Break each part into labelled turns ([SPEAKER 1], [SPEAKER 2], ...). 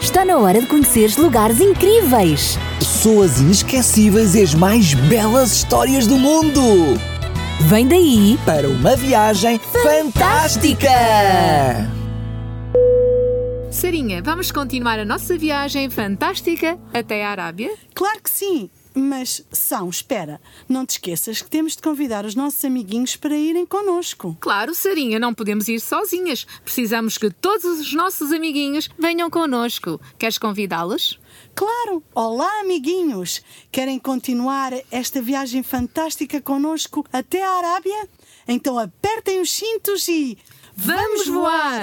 [SPEAKER 1] Está na hora de conheceres lugares incríveis.
[SPEAKER 2] Pessoas inesquecíveis e as mais belas histórias do mundo!
[SPEAKER 1] Vem daí,
[SPEAKER 2] Para uma viagem fantástica!
[SPEAKER 3] Sarinha, vamos continuar a nossa viagem fantástica até a Arábia?
[SPEAKER 4] Claro que sim! Mas, São, espera, não te esqueças que temos de convidar os nossos amiguinhos para irem connosco.
[SPEAKER 3] Claro, Sarinha, não podemos ir sozinhas. Precisamos que todos os nossos amiguinhos venham connosco. Queres convidá-los?
[SPEAKER 4] Claro! Olá, amiguinhos! Querem continuar esta viagem fantástica connosco até a Arábia? Então apertem os cintos e.
[SPEAKER 3] Vamos voar!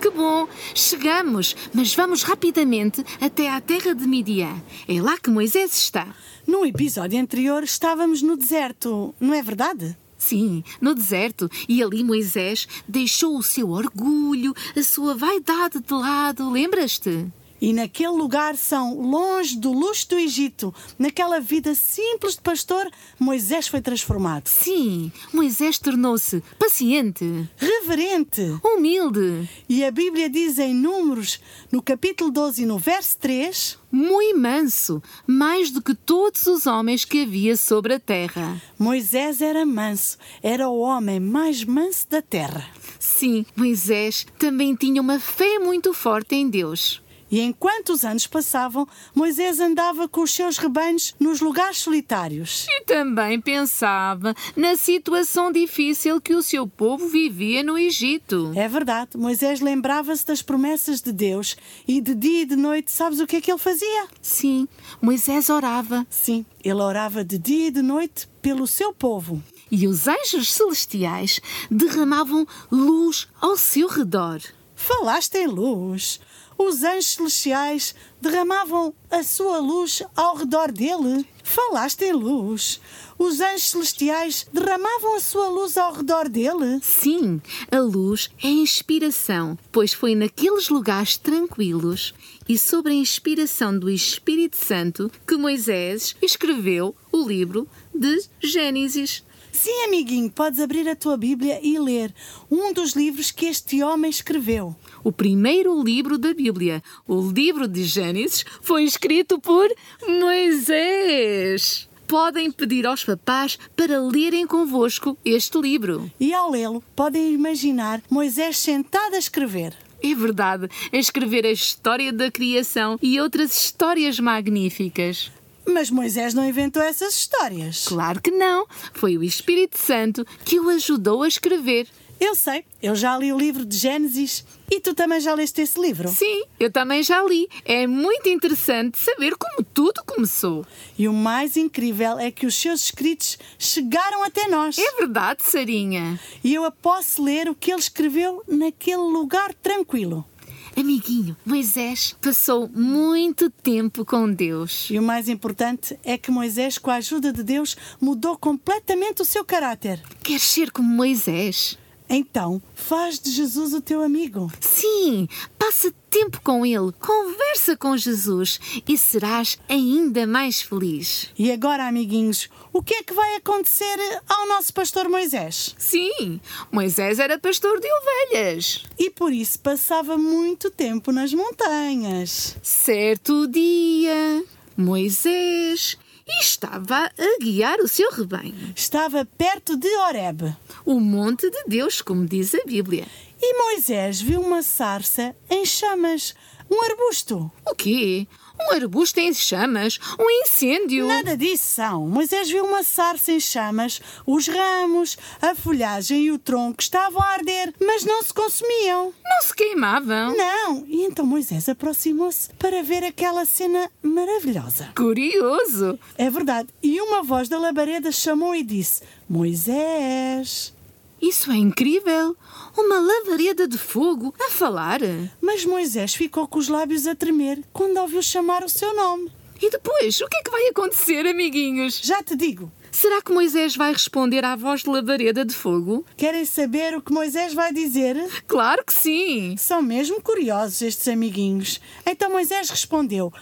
[SPEAKER 3] Que bom! Chegamos, mas vamos rapidamente até à terra de Midian. É lá que Moisés está.
[SPEAKER 4] No episódio anterior estávamos no deserto, não é verdade?
[SPEAKER 3] Sim, no deserto. E ali Moisés deixou o seu orgulho, a sua vaidade de lado. Lembras-te?
[SPEAKER 4] E naquele lugar são longe do luxo do Egito. Naquela vida simples de pastor, Moisés foi transformado.
[SPEAKER 3] Sim, Moisés tornou-se paciente,
[SPEAKER 4] Reverente!
[SPEAKER 3] humilde,
[SPEAKER 4] E a Bíblia diz em Números, no capítulo 12, no verso 3,
[SPEAKER 3] muito manso, mais do que todos os homens que havia sobre a terra.
[SPEAKER 4] Moisés era manso, era o homem mais manso da terra.
[SPEAKER 3] Sim, Moisés também tinha uma fé muito forte em Deus.
[SPEAKER 4] E enquanto os anos passavam, Moisés andava com os seus rebanhos nos lugares solitários.
[SPEAKER 3] E também pensava na situação difícil que o seu povo vivia no Egito.
[SPEAKER 4] É verdade, Moisés lembrava-se das promessas de Deus e de dia e de noite, sabes o que é que ele fazia?
[SPEAKER 3] Sim, Moisés orava.
[SPEAKER 4] Sim, ele orava de dia e de noite pelo seu povo.
[SPEAKER 3] e os anjos celestiais derramavam luz ao seu redor.
[SPEAKER 4] Falaste em luz. Os anjos celestiais derramavam a sua luz ao redor dele. Falaste em luz. Os anjos celestiais derramavam a sua luz ao redor dele.
[SPEAKER 3] Sim, a luz é a inspiração, pois foi naqueles lugares tranquilos e sobre a inspiração do Espírito Santo que Moisés escreveu o livro de Gênesis.
[SPEAKER 4] Sim, amiguinho, podes abrir a tua Bíblia e ler um dos livros que este homem escreveu.
[SPEAKER 3] O primeiro livro da Bíblia, o livro de Gênesis, foi escrito por Moisés. Podem pedir aos papás para lerem convosco este livro.
[SPEAKER 4] E ao lê-lo, podem imaginar Moisés sentado a escrever.
[SPEAKER 3] É verdade, a escrever a história da criação e outras histórias magníficas.
[SPEAKER 4] Mas Moisés não inventou essas histórias.
[SPEAKER 3] Claro que não, foi o Espírito Santo que o ajudou a escrever.
[SPEAKER 4] Eu sei, eu já li o livro de Gênesis e tu também já leste esse livro.
[SPEAKER 3] Sim, eu também já li. É muito interessante saber como tudo começou.
[SPEAKER 4] E o mais incrível é que os seus escritos chegaram até nós.
[SPEAKER 3] É verdade, Sarinha.
[SPEAKER 4] E eu posso ler o que ele escreveu naquele lugar tranquilo.
[SPEAKER 3] Amiguinho, Moisés passou muito tempo com Deus.
[SPEAKER 4] E o mais importante é que Moisés, com a ajuda de Deus, mudou completamente o seu caráter.
[SPEAKER 3] Queres ser como Moisés?
[SPEAKER 4] Então, faz de Jesus o teu amigo.
[SPEAKER 3] Sim, passa tempo com Ele, conversa com Jesus e serás ainda mais feliz.
[SPEAKER 4] E agora, amiguinhos, o que é que vai acontecer ao nosso pastor Moisés?
[SPEAKER 3] Sim, Moisés era pastor de ovelhas.
[SPEAKER 4] E por isso passava muito tempo nas montanhas.
[SPEAKER 3] Certo dia, Moisés estava a guiar o seu rebanho,
[SPEAKER 4] Estava perto de Horebe.
[SPEAKER 3] o monte de Deus, como diz a Bíblia.
[SPEAKER 4] E Moisés viu uma sarça em chamas, um arbusto.
[SPEAKER 3] O quê? Um arbusto em chamas? Um incêndio?
[SPEAKER 4] Nada disso são. Moisés viu uma sarça em chamas, os ramos, a folhagem e o tronco estavam a arder, mas não se consumiam.
[SPEAKER 3] Não se queimavam?
[SPEAKER 4] Não! E então Moisés aproximou-se para ver aquela cena maravilhosa.
[SPEAKER 3] Curioso!
[SPEAKER 4] É verdade. E uma voz da labareda chamou e disse: Moisés!
[SPEAKER 3] Isso é incrível! Uma lavareda de fogo a falar!
[SPEAKER 4] Mas Moisés ficou com os lábios a tremer quando ouviu chamar o seu nome.
[SPEAKER 3] E depois, o que é que vai acontecer, amiguinhos?
[SPEAKER 4] Já te digo,
[SPEAKER 3] Será que Moisés vai responder à voz de lavareda de fogo?
[SPEAKER 4] querem saber o que Moisés vai dizer?
[SPEAKER 3] Claro que sim!
[SPEAKER 4] São mesmo curiosos estes amiguinhos. Então Moisés respondeu: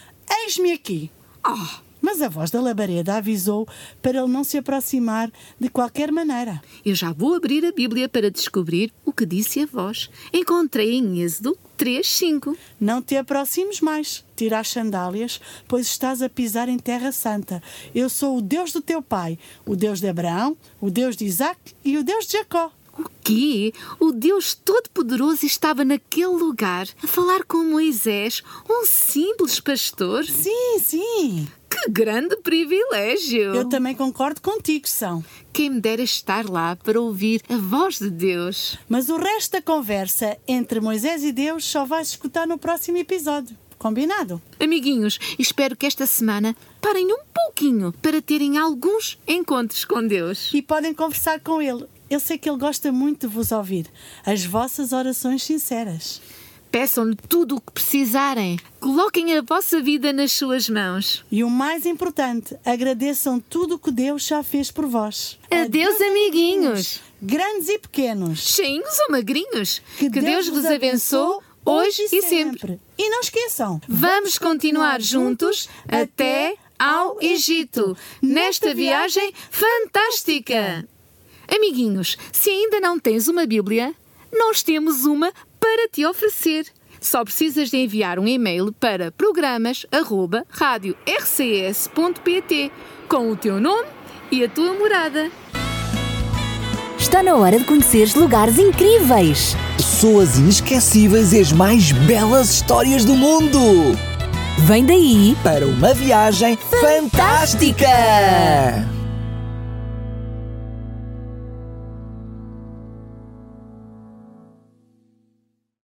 [SPEAKER 4] Eis-me aqui.
[SPEAKER 3] Ah,
[SPEAKER 4] Mas a voz da labareda avisou para ele não se aproximar de qualquer maneira.
[SPEAKER 3] Eu já vou abrir a Bíblia para descobrir o que disse a voz. Encontrei em Êxodo 3.5.
[SPEAKER 4] Não te aproximes mais. Tira as sandálias, pois estás a pisar em terra santa. Eu sou o Deus do teu pai, o Deus de Abraão, o Deus de Isaac e o Deus de Jacó.
[SPEAKER 3] O quê? O Deus Todo-Poderoso estava naquele lugar a falar com Moisés, um simples pastor?
[SPEAKER 4] Sim, sim.
[SPEAKER 3] Que grande privilégio!
[SPEAKER 4] Eu também concordo contigo, São.
[SPEAKER 3] Quem me dera estar lá para ouvir a voz de Deus.
[SPEAKER 4] Mas o resto da conversa entre Moisés e Deus só vais escutar no próximo episódio. Combinado?
[SPEAKER 3] Amiguinhos, espero que esta semana parem um pouquinho para terem alguns encontros com Deus.
[SPEAKER 4] E podem conversar com ele. Eu sei que ele gosta muito de vos ouvir. As vossas orações sinceras.
[SPEAKER 3] Peçam-lhe tudo o que precisarem. Coloquem a vossa vida nas suas mãos.
[SPEAKER 4] E o mais importante, agradeçam tudo o que Deus já fez por vós.
[SPEAKER 3] Adeus, amiguinhos!
[SPEAKER 4] Grandes e pequenos.
[SPEAKER 3] Cheinhos ou magrinhos? Que, Deus vos abençoe hoje e sempre.
[SPEAKER 4] E não esqueçam,
[SPEAKER 3] Vamos continuar juntos até ao Egito, nesta viagem fantástica! Amiguinhos, se ainda não tens uma Bíblia, nós temos uma para te oferecer. Só precisas de enviar um e-mail para programas.radiorcs.pt com o teu nome e a tua morada.
[SPEAKER 1] Está na hora de conheceres lugares incríveis.
[SPEAKER 2] Pessoas inesquecíveis e as mais belas histórias do mundo.
[SPEAKER 1] Vem daí!
[SPEAKER 2] Para uma viagem fantástica.